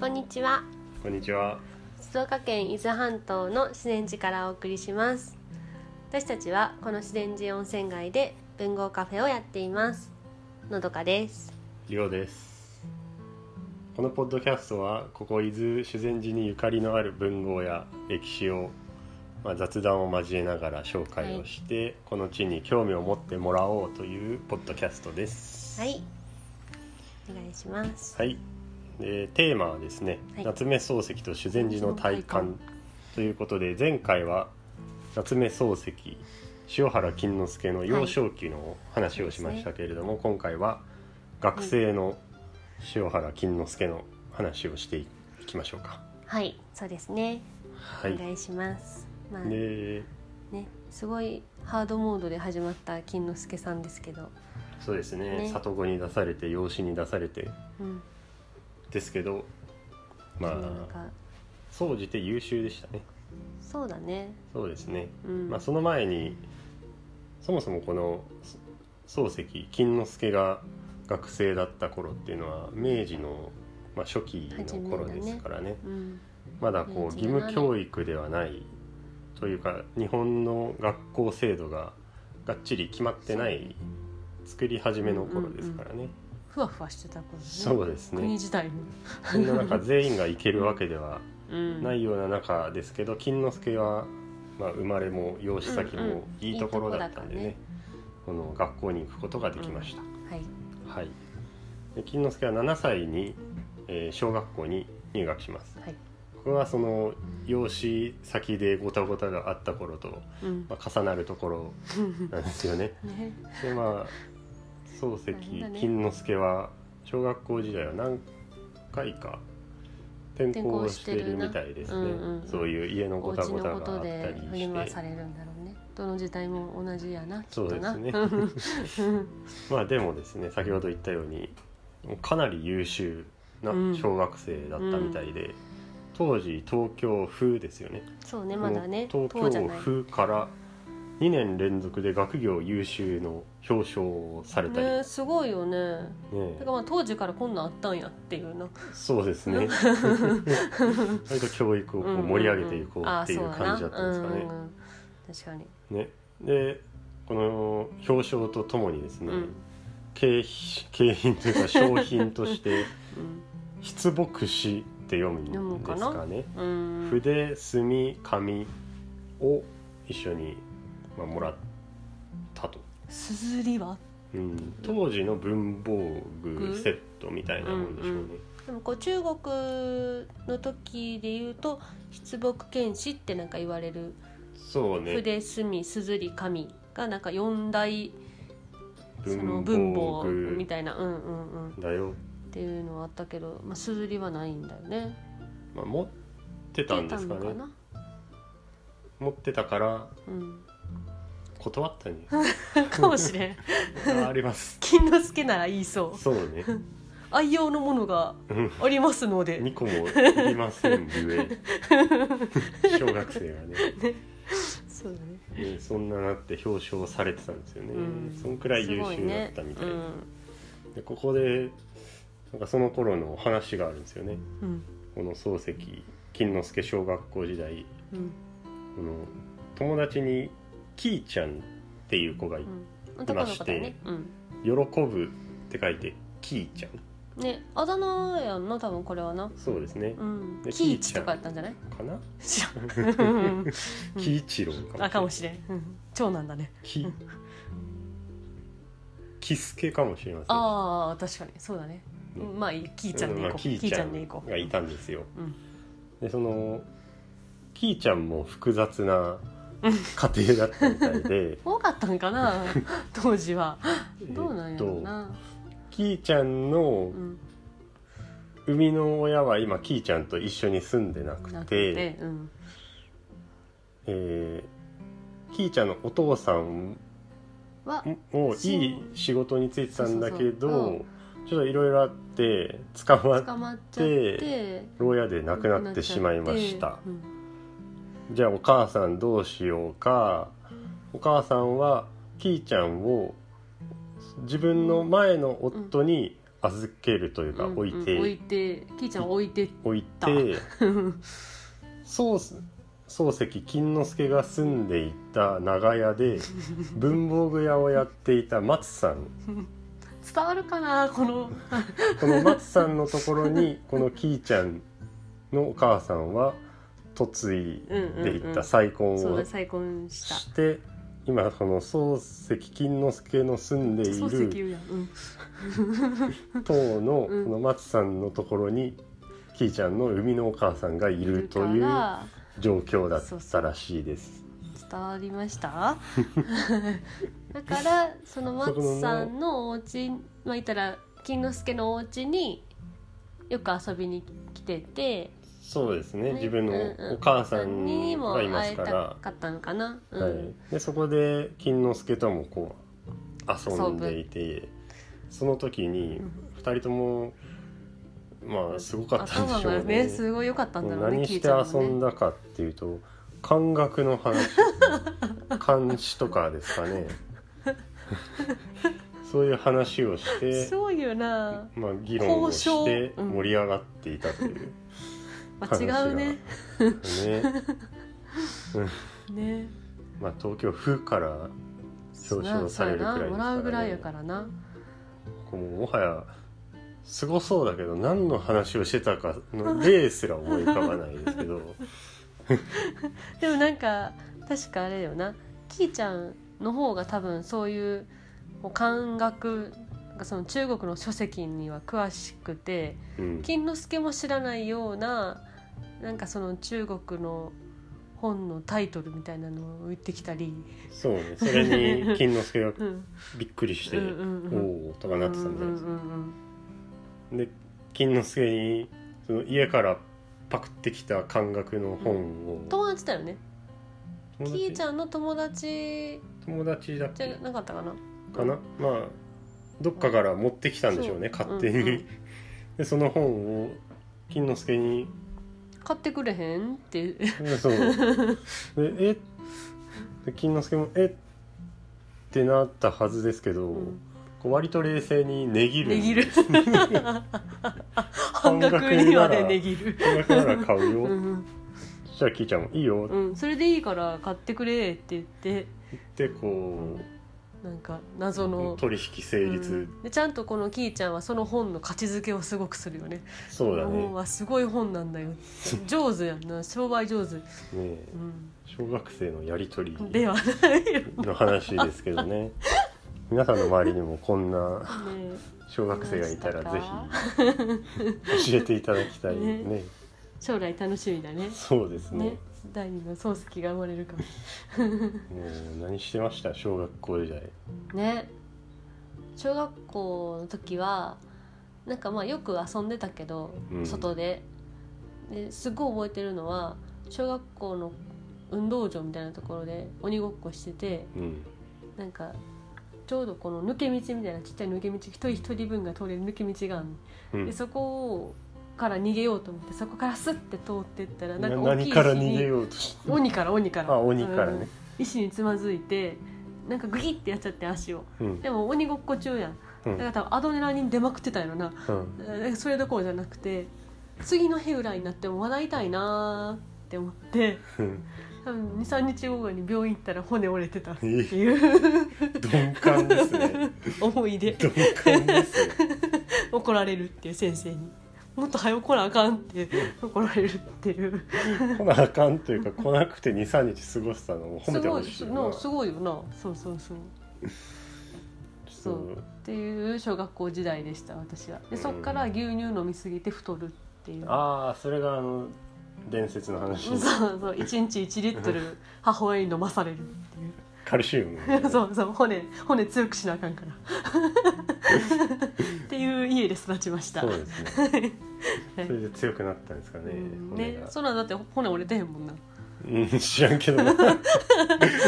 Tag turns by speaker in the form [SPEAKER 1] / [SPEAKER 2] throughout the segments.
[SPEAKER 1] こんにちは
[SPEAKER 2] こんにちは。
[SPEAKER 1] 静岡県伊豆半島の自然寺からお送りします私たちはこの自然寺温泉街で文豪カフェをやっていますのどかです
[SPEAKER 2] りょうです。このポッドキャストはここ伊豆修善寺にゆかりのある文豪や歴史を、まあ、雑談を交えながら紹介をして、この地に興味を持ってもらおうというポッドキャストです。
[SPEAKER 1] はいお願いします
[SPEAKER 2] はい。でテーマはですね、
[SPEAKER 1] はい
[SPEAKER 2] 夏目漱石と修善寺の体感ということで前回は夏目漱石塩原金之助の幼少期の話をしましたけれども、今回は学生の塩原金之助の話をしていきましょうか。
[SPEAKER 1] はいそうですねお
[SPEAKER 2] はい、
[SPEAKER 1] 願いします、まあね
[SPEAKER 2] で
[SPEAKER 1] すごいハードモードで始まった金之助さんですけど
[SPEAKER 2] そうですね
[SPEAKER 1] ね
[SPEAKER 2] 里子に出されて養子に出されて
[SPEAKER 1] うん
[SPEAKER 2] ですけどま
[SPEAKER 1] そうなん
[SPEAKER 2] あ
[SPEAKER 1] か
[SPEAKER 2] 総じて優秀でしたね。
[SPEAKER 1] そうだね
[SPEAKER 2] そうですね
[SPEAKER 1] うん
[SPEAKER 2] まあ、その前にそもそもこのそ漱石金之助が学生だった頃っていうのは明治の、まあ、初期の頃ですからね
[SPEAKER 1] うん
[SPEAKER 2] まだこう義務教育ではないというか日本の学校制度ががっちり決まってない作り始めの頃ですからね、
[SPEAKER 1] ふわふわしてた頃ね
[SPEAKER 2] そうです
[SPEAKER 1] 国
[SPEAKER 2] ね
[SPEAKER 1] 自体も
[SPEAKER 2] そんな中全員が行けるわけでは
[SPEAKER 1] うん
[SPEAKER 2] ないような中ですけど金之助は、まあ、生まれも養子先
[SPEAKER 1] うんうん
[SPEAKER 2] もいいところだったんでね,、
[SPEAKER 1] いいと
[SPEAKER 2] この学校に行くことができました、
[SPEAKER 1] はい
[SPEAKER 2] はいで金之助は7歳に、えー小学校に入学します
[SPEAKER 1] はい
[SPEAKER 2] ここはその養子先でごたごたがあった頃と、
[SPEAKER 1] うん
[SPEAKER 2] まあ、重なるところなんですよね
[SPEAKER 1] ね
[SPEAKER 2] でまあ漱
[SPEAKER 1] 大変だ
[SPEAKER 2] 石
[SPEAKER 1] ね
[SPEAKER 2] 金之助は小学校時代は何回か転校してるみたいで
[SPEAKER 1] 転校してる
[SPEAKER 2] すね、
[SPEAKER 1] なうんうんうん
[SPEAKER 2] そういう家の
[SPEAKER 1] お
[SPEAKER 2] ごた
[SPEAKER 1] 家
[SPEAKER 2] ご
[SPEAKER 1] の
[SPEAKER 2] たがあ
[SPEAKER 1] こ
[SPEAKER 2] っ
[SPEAKER 1] と
[SPEAKER 2] たり
[SPEAKER 1] で振り
[SPEAKER 2] し
[SPEAKER 1] 回
[SPEAKER 2] て
[SPEAKER 1] されるんだろうねどの時代も同じやなきっと
[SPEAKER 2] そうで
[SPEAKER 1] な
[SPEAKER 2] すね まあでもですね先ほど言ったようにかなり優秀な小学生だったみたいで、当時東京風ですよね
[SPEAKER 1] そうねまだね
[SPEAKER 2] この
[SPEAKER 1] 党じゃ
[SPEAKER 2] 東
[SPEAKER 1] な
[SPEAKER 2] 京
[SPEAKER 1] い
[SPEAKER 2] 風から2年連続で学業優秀の表彰をされたり、
[SPEAKER 1] ね
[SPEAKER 2] ね
[SPEAKER 1] すごいよね
[SPEAKER 2] え
[SPEAKER 1] だからまあ当時からこんなんあったんやっていうの
[SPEAKER 2] そうですね割と教育をこう盛り上げていこうっていう感じだったんですかね
[SPEAKER 1] うんうん。うんあそうやなうんうん確かに
[SPEAKER 2] ねでこの表彰とともにですね、
[SPEAKER 1] うん
[SPEAKER 2] 景品景品というか商品とし て
[SPEAKER 1] うん
[SPEAKER 2] 「筆墨紙」って読むん
[SPEAKER 1] 読む
[SPEAKER 2] で
[SPEAKER 1] か
[SPEAKER 2] す
[SPEAKER 1] な
[SPEAKER 2] かね。
[SPEAKER 1] うん
[SPEAKER 2] 筆墨紙を一緒に、まあ、もらったと、
[SPEAKER 1] すずりは
[SPEAKER 2] うん、当時の文房具セットみたいなもんでしょうね。
[SPEAKER 1] でもこう中国の時で言うと筆墨剣士ってなんか言われる
[SPEAKER 2] そうね
[SPEAKER 1] 筆墨すずり紙がなんか四大その文
[SPEAKER 2] 文
[SPEAKER 1] 房
[SPEAKER 2] 房
[SPEAKER 1] 具み
[SPEAKER 2] 具
[SPEAKER 1] たいなうんうんうんっ
[SPEAKER 2] だよ
[SPEAKER 1] ていうのはあったけど、まあ、すずりはないんだよね。
[SPEAKER 2] まあ、持ってたんですか
[SPEAKER 1] 出た
[SPEAKER 2] ね
[SPEAKER 1] のな
[SPEAKER 2] 持ってたから
[SPEAKER 1] うん、
[SPEAKER 2] 断ったんじ ゃない
[SPEAKER 1] かもしれん
[SPEAKER 2] ああります
[SPEAKER 1] 金之助なら言いそう
[SPEAKER 2] そう ね
[SPEAKER 1] 愛用のものが
[SPEAKER 2] うん
[SPEAKER 1] ありますので
[SPEAKER 2] 2個もいりませんゆえ 小学生がね
[SPEAKER 1] そうだね
[SPEAKER 2] ねそんななって表彰されてたんですよね、
[SPEAKER 1] うん
[SPEAKER 2] そんくらい優秀だったみた
[SPEAKER 1] すご
[SPEAKER 2] いで,、
[SPEAKER 1] ね
[SPEAKER 2] でここでなんかその頃の話があるんですよね
[SPEAKER 1] うんうん
[SPEAKER 2] この漱石金之助小学校時代
[SPEAKER 1] うん
[SPEAKER 2] この友達にキーちゃんっていう子がい
[SPEAKER 1] うん、男の子だよね、うん、
[SPEAKER 2] 喜ぶって書いてキーちゃん
[SPEAKER 1] ねあだ名やんな多分これはな、
[SPEAKER 2] そうですね
[SPEAKER 1] うん、
[SPEAKER 2] で
[SPEAKER 1] キイ
[SPEAKER 2] キイ
[SPEAKER 1] チ
[SPEAKER 2] ちゃ
[SPEAKER 1] と
[SPEAKER 2] ん
[SPEAKER 1] かやったんじゃない
[SPEAKER 2] かな
[SPEAKER 1] 知らんう ん
[SPEAKER 2] キイチロー
[SPEAKER 1] あ
[SPEAKER 2] か
[SPEAKER 1] か
[SPEAKER 2] も
[SPEAKER 1] も
[SPEAKER 2] し
[SPEAKER 1] しれん、うん、長男だね
[SPEAKER 2] れないキキスケかもしれません
[SPEAKER 1] ああ確かにそうだね、うんまあいいキイちゃんでいこう、
[SPEAKER 2] まあ
[SPEAKER 1] キ
[SPEAKER 2] キ
[SPEAKER 1] イ
[SPEAKER 2] イ
[SPEAKER 1] ち
[SPEAKER 2] ち
[SPEAKER 1] ゃ
[SPEAKER 2] ゃ
[SPEAKER 1] んでい
[SPEAKER 2] ん
[SPEAKER 1] こう
[SPEAKER 2] がいたんですよ
[SPEAKER 1] うん
[SPEAKER 2] でそのキーちゃんも複雑な家庭だったみたいで
[SPEAKER 1] 多かったんかな当時は どうなんやろう
[SPEAKER 2] えっと
[SPEAKER 1] な、
[SPEAKER 2] キーちゃんの
[SPEAKER 1] うん、
[SPEAKER 2] 生みの親は今キーちゃんと一緒に住んでなく
[SPEAKER 1] なく
[SPEAKER 2] て
[SPEAKER 1] て、うん、
[SPEAKER 2] えーキーちゃんのお父さん
[SPEAKER 1] は
[SPEAKER 2] もう
[SPEAKER 1] しん
[SPEAKER 2] いい仕事に就いてたんだけ
[SPEAKER 1] そ
[SPEAKER 2] ど
[SPEAKER 1] うそうそう
[SPEAKER 2] ちょっといろいろあって捕まっ
[SPEAKER 1] 捕まっちゃって
[SPEAKER 2] 牢屋で亡くなってしまいました
[SPEAKER 1] うん
[SPEAKER 2] じゃあお母さんどうしようかお母さんはキーちゃんを自分の前の夫に預けるというか
[SPEAKER 1] うん
[SPEAKER 2] 置いて、
[SPEAKER 1] うん置いてきいちゃん置いて
[SPEAKER 2] 置いて漱石漱石金之助が住んでいた長屋で文房具屋をやっていた松さん
[SPEAKER 1] 伝わるかなこの
[SPEAKER 2] この松さんのところ にこのキーちゃんのお母さんは嫁いでいった再婚
[SPEAKER 1] そう
[SPEAKER 2] を
[SPEAKER 1] だ再婚した
[SPEAKER 2] して、今この漱石金之助の住んでい
[SPEAKER 1] 漱石
[SPEAKER 2] る
[SPEAKER 1] 言うやん、うん、
[SPEAKER 2] 塔のこ
[SPEAKER 1] うん
[SPEAKER 2] の松さんのところにキーちゃんの生みのお母さんがいると
[SPEAKER 1] い
[SPEAKER 2] い
[SPEAKER 1] る
[SPEAKER 2] う
[SPEAKER 1] から
[SPEAKER 2] 状況だったらしいです。
[SPEAKER 1] 伝わりました だからその松さんのお家まあ言ったら金之助のお家によく遊びに来てて、
[SPEAKER 2] そうですね
[SPEAKER 1] ね
[SPEAKER 2] 自分
[SPEAKER 1] うんうん
[SPEAKER 2] のお母さん
[SPEAKER 1] にも
[SPEAKER 2] がいま
[SPEAKER 1] 会
[SPEAKER 2] す
[SPEAKER 1] え
[SPEAKER 2] か
[SPEAKER 1] た
[SPEAKER 2] ら、
[SPEAKER 1] かったのかな、うん
[SPEAKER 2] はい、でそこで金之助ともこう遊んでいてその時に
[SPEAKER 1] うん
[SPEAKER 2] 2人ともまあすごかったんで
[SPEAKER 1] 頭
[SPEAKER 2] しょ
[SPEAKER 1] が
[SPEAKER 2] う
[SPEAKER 1] ね
[SPEAKER 2] ね
[SPEAKER 1] すごい良かったんだろうね
[SPEAKER 2] 何
[SPEAKER 1] キ
[SPEAKER 2] し
[SPEAKER 1] イ
[SPEAKER 2] て
[SPEAKER 1] ちゃん
[SPEAKER 2] 遊
[SPEAKER 1] もね
[SPEAKER 2] んだかっていうと感覚の話 監視とかですかねそういう話をして
[SPEAKER 1] す、ごいよな、
[SPEAKER 2] まあ、議論をして
[SPEAKER 1] 交渉うん
[SPEAKER 2] 盛り上がっていたという、
[SPEAKER 1] まあ、
[SPEAKER 2] 話
[SPEAKER 1] 違
[SPEAKER 2] が
[SPEAKER 1] うね
[SPEAKER 2] ね
[SPEAKER 1] ね
[SPEAKER 2] まあ東京府から表彰されるくらい
[SPEAKER 1] そうや
[SPEAKER 2] ですからね
[SPEAKER 1] なもらうぐらいやからな
[SPEAKER 2] こうもはやすごそうだけど何の話をしてたかの例すら思い浮かばないですけ ど
[SPEAKER 1] でもなんか確かあれだよなキーちゃんの方が多分そういうもう漢学その中国の書籍には詳しくて
[SPEAKER 2] うん
[SPEAKER 1] 金之助も知らないようななんかその中国の本のタイトルみたいなのを言ってきたり、
[SPEAKER 2] そうねそれに金之助が
[SPEAKER 1] うん、
[SPEAKER 2] びっくりして
[SPEAKER 1] うんう
[SPEAKER 2] 「
[SPEAKER 1] んうん
[SPEAKER 2] おお」とかなってたんじゃないですか。
[SPEAKER 1] うんうんうん
[SPEAKER 2] で金之助にその家からパクってきた感覚の本を
[SPEAKER 1] 友達だよね
[SPEAKER 2] 友
[SPEAKER 1] キーち
[SPEAKER 2] 達
[SPEAKER 1] ゃんの友達
[SPEAKER 2] 友達だっ
[SPEAKER 1] じゃ
[SPEAKER 2] け
[SPEAKER 1] なかったかな
[SPEAKER 2] かなまあどっかから持ってきたんでしょうね
[SPEAKER 1] そう
[SPEAKER 2] 勝手に。
[SPEAKER 1] うんうん
[SPEAKER 2] でその本を金之助に
[SPEAKER 1] 買ってくれへんって
[SPEAKER 2] う んそうでえで金之助も「えっ?」てなったはずですけど、
[SPEAKER 1] うん
[SPEAKER 2] こう割と冷静に値切る
[SPEAKER 1] 値切る半
[SPEAKER 2] 半額
[SPEAKER 1] 額
[SPEAKER 2] に
[SPEAKER 1] にま
[SPEAKER 2] まで
[SPEAKER 1] で
[SPEAKER 2] 値
[SPEAKER 1] 値切る
[SPEAKER 2] 半額なら買うよ、
[SPEAKER 1] うん、
[SPEAKER 2] そしたらキイちゃんも「いいよ」
[SPEAKER 1] うん、それでいいから買ってくれって言って
[SPEAKER 2] ってこ
[SPEAKER 1] なんか謎
[SPEAKER 2] う、
[SPEAKER 1] の、
[SPEAKER 2] 取引成立、
[SPEAKER 1] うんでちゃんとこのキーちゃんはその本の価値づけをすごくするよね
[SPEAKER 2] そうだ
[SPEAKER 1] 本
[SPEAKER 2] ね
[SPEAKER 1] はすごい本なん だよ上手やんな商売上手、
[SPEAKER 2] ねえ
[SPEAKER 1] う
[SPEAKER 2] 小学生のやり取
[SPEAKER 1] ん、で
[SPEAKER 2] り
[SPEAKER 1] はないよね
[SPEAKER 2] の話ですけどね 皆さんの周りにもこんな小学生がいたらぜひ教えていただきたいね
[SPEAKER 1] ね将来楽しみだね
[SPEAKER 2] そうです
[SPEAKER 1] ね
[SPEAKER 2] ね
[SPEAKER 1] 第二の漱石が生まれるかも
[SPEAKER 2] もう何してました小学校時代
[SPEAKER 1] ね小学校の時はなんかまあよく遊んでたけど、
[SPEAKER 2] うん
[SPEAKER 1] 外でですごい覚えてるのは小学校の運動場みたいなところで鬼ごっこしてて
[SPEAKER 2] うん
[SPEAKER 1] なんかちょうどこの抜け道みたいなちっちゃい抜け道一人一人分が通れる抜け道がある、
[SPEAKER 2] うん
[SPEAKER 1] でそこから逃げようと思ってそこからスッて通ってったらなんか大きい
[SPEAKER 2] 何から
[SPEAKER 1] 石に
[SPEAKER 2] 逃げようとして
[SPEAKER 1] 鬼から鬼から
[SPEAKER 2] あ鬼からね、
[SPEAKER 1] うん石につまずいてなんかグギってやっちゃって足を
[SPEAKER 2] うん
[SPEAKER 1] でも鬼ごっこ中やん
[SPEAKER 2] うん
[SPEAKER 1] だから多分アドレナリン出まくってたんやろな
[SPEAKER 2] うん
[SPEAKER 1] だからそれどころじゃなくて次の日ぐらいになっても笑いたいなーって思って
[SPEAKER 2] うん
[SPEAKER 1] 多分23日後に病院行ったら骨折れてたっていう、
[SPEAKER 2] 鈍感ですね
[SPEAKER 1] 思い出
[SPEAKER 2] 鈍感ですね
[SPEAKER 1] 怒られるっていう先生にもっと早く来なあかんって怒られるっていう
[SPEAKER 2] 来なあかんというか来なくて23日過ごしたのを褒め
[SPEAKER 1] す
[SPEAKER 2] て
[SPEAKER 1] ご
[SPEAKER 2] ほ
[SPEAKER 1] い
[SPEAKER 2] しい
[SPEAKER 1] の
[SPEAKER 2] な
[SPEAKER 1] すごいよなそうそうそう
[SPEAKER 2] そう
[SPEAKER 1] っていう小学校時代でした私はでそっから牛乳飲みすぎて太るっていう
[SPEAKER 2] ああそれがあの伝説の話
[SPEAKER 1] そうそう1日1リットル母親に飲まされるっていう
[SPEAKER 2] カルシウム
[SPEAKER 1] そうそう骨骨強くしなあかんから っていう家で育ちました
[SPEAKER 2] そうですね
[SPEAKER 1] はい
[SPEAKER 2] それで強くなったんですかね
[SPEAKER 1] うん
[SPEAKER 2] 骨
[SPEAKER 1] ね
[SPEAKER 2] が
[SPEAKER 1] そんなんだって骨折れてへんもん な
[SPEAKER 2] うん知らん けど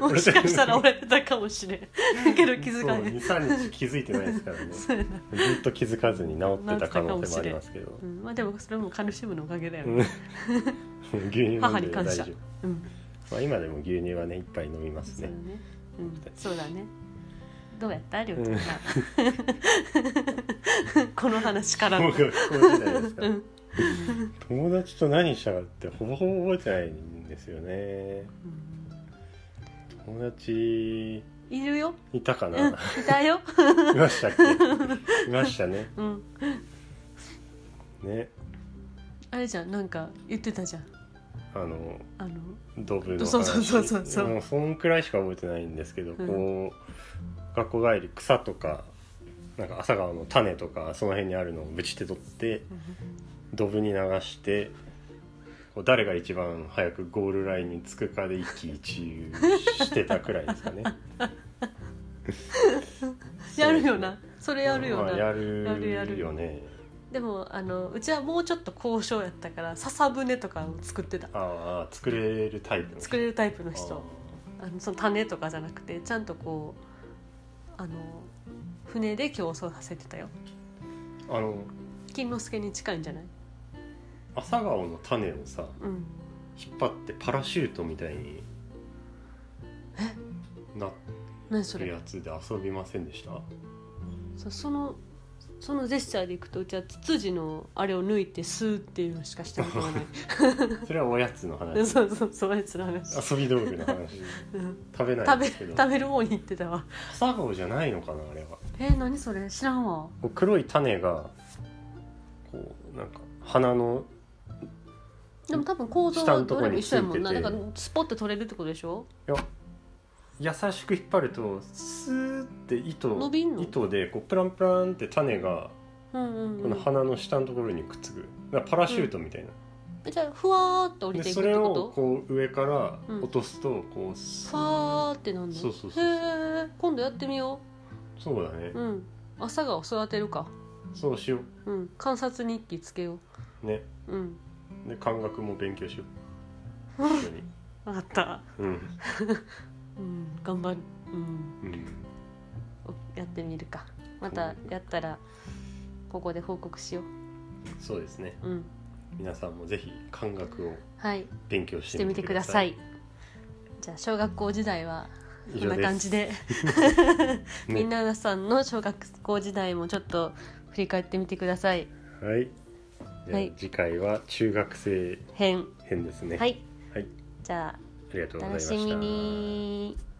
[SPEAKER 1] もしかしたら折れてたかもしれ んけど気づかへん
[SPEAKER 2] そう23日気づいてないですからね
[SPEAKER 1] そうやな
[SPEAKER 2] ずっと気づかずに治ってた可能性もありますけど
[SPEAKER 1] うんまあでもそれもカルシウムのおかげだよ
[SPEAKER 2] うん
[SPEAKER 1] ね、
[SPEAKER 2] 牛乳飲んで
[SPEAKER 1] 母
[SPEAKER 2] 大
[SPEAKER 1] に感謝
[SPEAKER 2] 丈夫
[SPEAKER 1] うん、
[SPEAKER 2] まあ、今でも牛乳はね一杯飲みます
[SPEAKER 1] そうだ
[SPEAKER 2] ね
[SPEAKER 1] ね。うん、そうだね。どうやったりょうちゃんは。 この話から
[SPEAKER 2] も
[SPEAKER 1] も
[SPEAKER 2] う聞こえてないですか
[SPEAKER 1] うん
[SPEAKER 2] 友達と何したかってほぼほぼ覚えてないんですよね友達
[SPEAKER 1] いるよ
[SPEAKER 2] いたか
[SPEAKER 1] うん
[SPEAKER 2] な、
[SPEAKER 1] いたよ
[SPEAKER 2] いましたっけいましたね
[SPEAKER 1] うん
[SPEAKER 2] ね
[SPEAKER 1] あれじゃんなんか言ってたじゃん
[SPEAKER 2] あの
[SPEAKER 1] あの
[SPEAKER 2] ドブの話
[SPEAKER 1] そうそうそうそうそう
[SPEAKER 2] もうそんくらいしか覚えてないんですけど、
[SPEAKER 1] うん
[SPEAKER 2] こう学校帰り草とかなんか朝顔の種とかその辺にあるのをぶちって取ってドブに流してこう誰が一番早くゴールラインにつくかで一喜一憂してたくらいですかね
[SPEAKER 1] やるよなそ れやるよ
[SPEAKER 2] まあ
[SPEAKER 1] な
[SPEAKER 2] やる
[SPEAKER 1] やるやる
[SPEAKER 2] よね
[SPEAKER 1] でもあのうちはもうちょっと高尚やったから笹舟とかを作ってた
[SPEAKER 2] ああ作れるタイプの人
[SPEAKER 1] 作れるタイプの
[SPEAKER 2] あ
[SPEAKER 1] 人あのその種とかじゃなくてちゃんとこうあの船で競争させてたよ
[SPEAKER 2] ーあの
[SPEAKER 1] 金之助に近いんじゃない
[SPEAKER 2] 朝顔の種をさ
[SPEAKER 1] うん
[SPEAKER 2] 引っ張ってパラシュートみたいになっ
[SPEAKER 1] 何そ
[SPEAKER 2] てる
[SPEAKER 1] れ
[SPEAKER 2] やつで遊びませんでした
[SPEAKER 1] そそのそのジェスチャーでいくとうちはツツジのあれを抜いて吸うっていうのしかしたことがない
[SPEAKER 2] それはおやつの話
[SPEAKER 1] そうそうそうやつの話、
[SPEAKER 2] 遊び道具の話
[SPEAKER 1] うん、
[SPEAKER 2] 食べない
[SPEAKER 1] 食
[SPEAKER 2] ん
[SPEAKER 1] べ
[SPEAKER 2] ですけど
[SPEAKER 1] 食べる方に行ってたわ
[SPEAKER 2] 朝顔じゃないのかなあれは
[SPEAKER 1] えー、何それ知らんわ
[SPEAKER 2] こう黒い種がこうなんか花の
[SPEAKER 1] でも多分構造
[SPEAKER 2] 下
[SPEAKER 1] は
[SPEAKER 2] のと
[SPEAKER 1] ど
[SPEAKER 2] こ
[SPEAKER 1] れ
[SPEAKER 2] に
[SPEAKER 1] も一緒やもんな
[SPEAKER 2] つい
[SPEAKER 1] だ
[SPEAKER 2] てて
[SPEAKER 1] からスポッて取れるってことでしょ
[SPEAKER 2] 優しく引っ張るとスーって糸
[SPEAKER 1] 伸びんの
[SPEAKER 2] 糸でこうプランプランって種が
[SPEAKER 1] うんうん、
[SPEAKER 2] こ
[SPEAKER 1] う
[SPEAKER 2] の
[SPEAKER 1] ん、
[SPEAKER 2] 花の下のところにくっつくだからパラシュートみたいな、
[SPEAKER 1] えじゃあふわーって降り
[SPEAKER 2] で
[SPEAKER 1] ていく
[SPEAKER 2] そ
[SPEAKER 1] って
[SPEAKER 2] れ
[SPEAKER 1] こ
[SPEAKER 2] を
[SPEAKER 1] と
[SPEAKER 2] こう上から
[SPEAKER 1] うん
[SPEAKER 2] 落とすとこうス
[SPEAKER 1] ふわーってなんの
[SPEAKER 2] そうそうそうそう
[SPEAKER 1] へえ今度やってみよ
[SPEAKER 2] そうだね
[SPEAKER 1] ううん朝顔育てるか
[SPEAKER 2] そうしよ
[SPEAKER 1] うん観察日記つけよ
[SPEAKER 2] うね
[SPEAKER 1] ううん
[SPEAKER 2] で漢学も勉強しよ う一緒に
[SPEAKER 1] 分かった
[SPEAKER 2] うん、
[SPEAKER 1] うん頑張るうん
[SPEAKER 2] うん、
[SPEAKER 1] おやってみるかまたやったらここで報告しよ
[SPEAKER 2] そうですね
[SPEAKER 1] ううん
[SPEAKER 2] 皆さんもぜひ漢学を
[SPEAKER 1] はい
[SPEAKER 2] 勉強し
[SPEAKER 1] してて
[SPEAKER 2] み
[SPEAKER 1] み
[SPEAKER 2] て
[SPEAKER 1] て
[SPEAKER 2] く
[SPEAKER 1] く
[SPEAKER 2] だ
[SPEAKER 1] だ
[SPEAKER 2] さ
[SPEAKER 1] さ
[SPEAKER 2] い
[SPEAKER 1] いじゃあ小学校時代は
[SPEAKER 2] 以
[SPEAKER 1] こん
[SPEAKER 2] 上
[SPEAKER 1] な
[SPEAKER 2] で
[SPEAKER 1] 感
[SPEAKER 2] す
[SPEAKER 1] じで
[SPEAKER 2] ね
[SPEAKER 1] みんなさんの小学校時代もちょっと振り返ってみてください
[SPEAKER 2] はいじゃあ
[SPEAKER 1] はい
[SPEAKER 2] 次回は中学生
[SPEAKER 1] 編
[SPEAKER 2] 編ですね
[SPEAKER 1] はい
[SPEAKER 2] はい
[SPEAKER 1] じゃ
[SPEAKER 2] ありがとう
[SPEAKER 1] あ
[SPEAKER 2] ございま
[SPEAKER 1] 楽
[SPEAKER 2] し
[SPEAKER 1] したみに。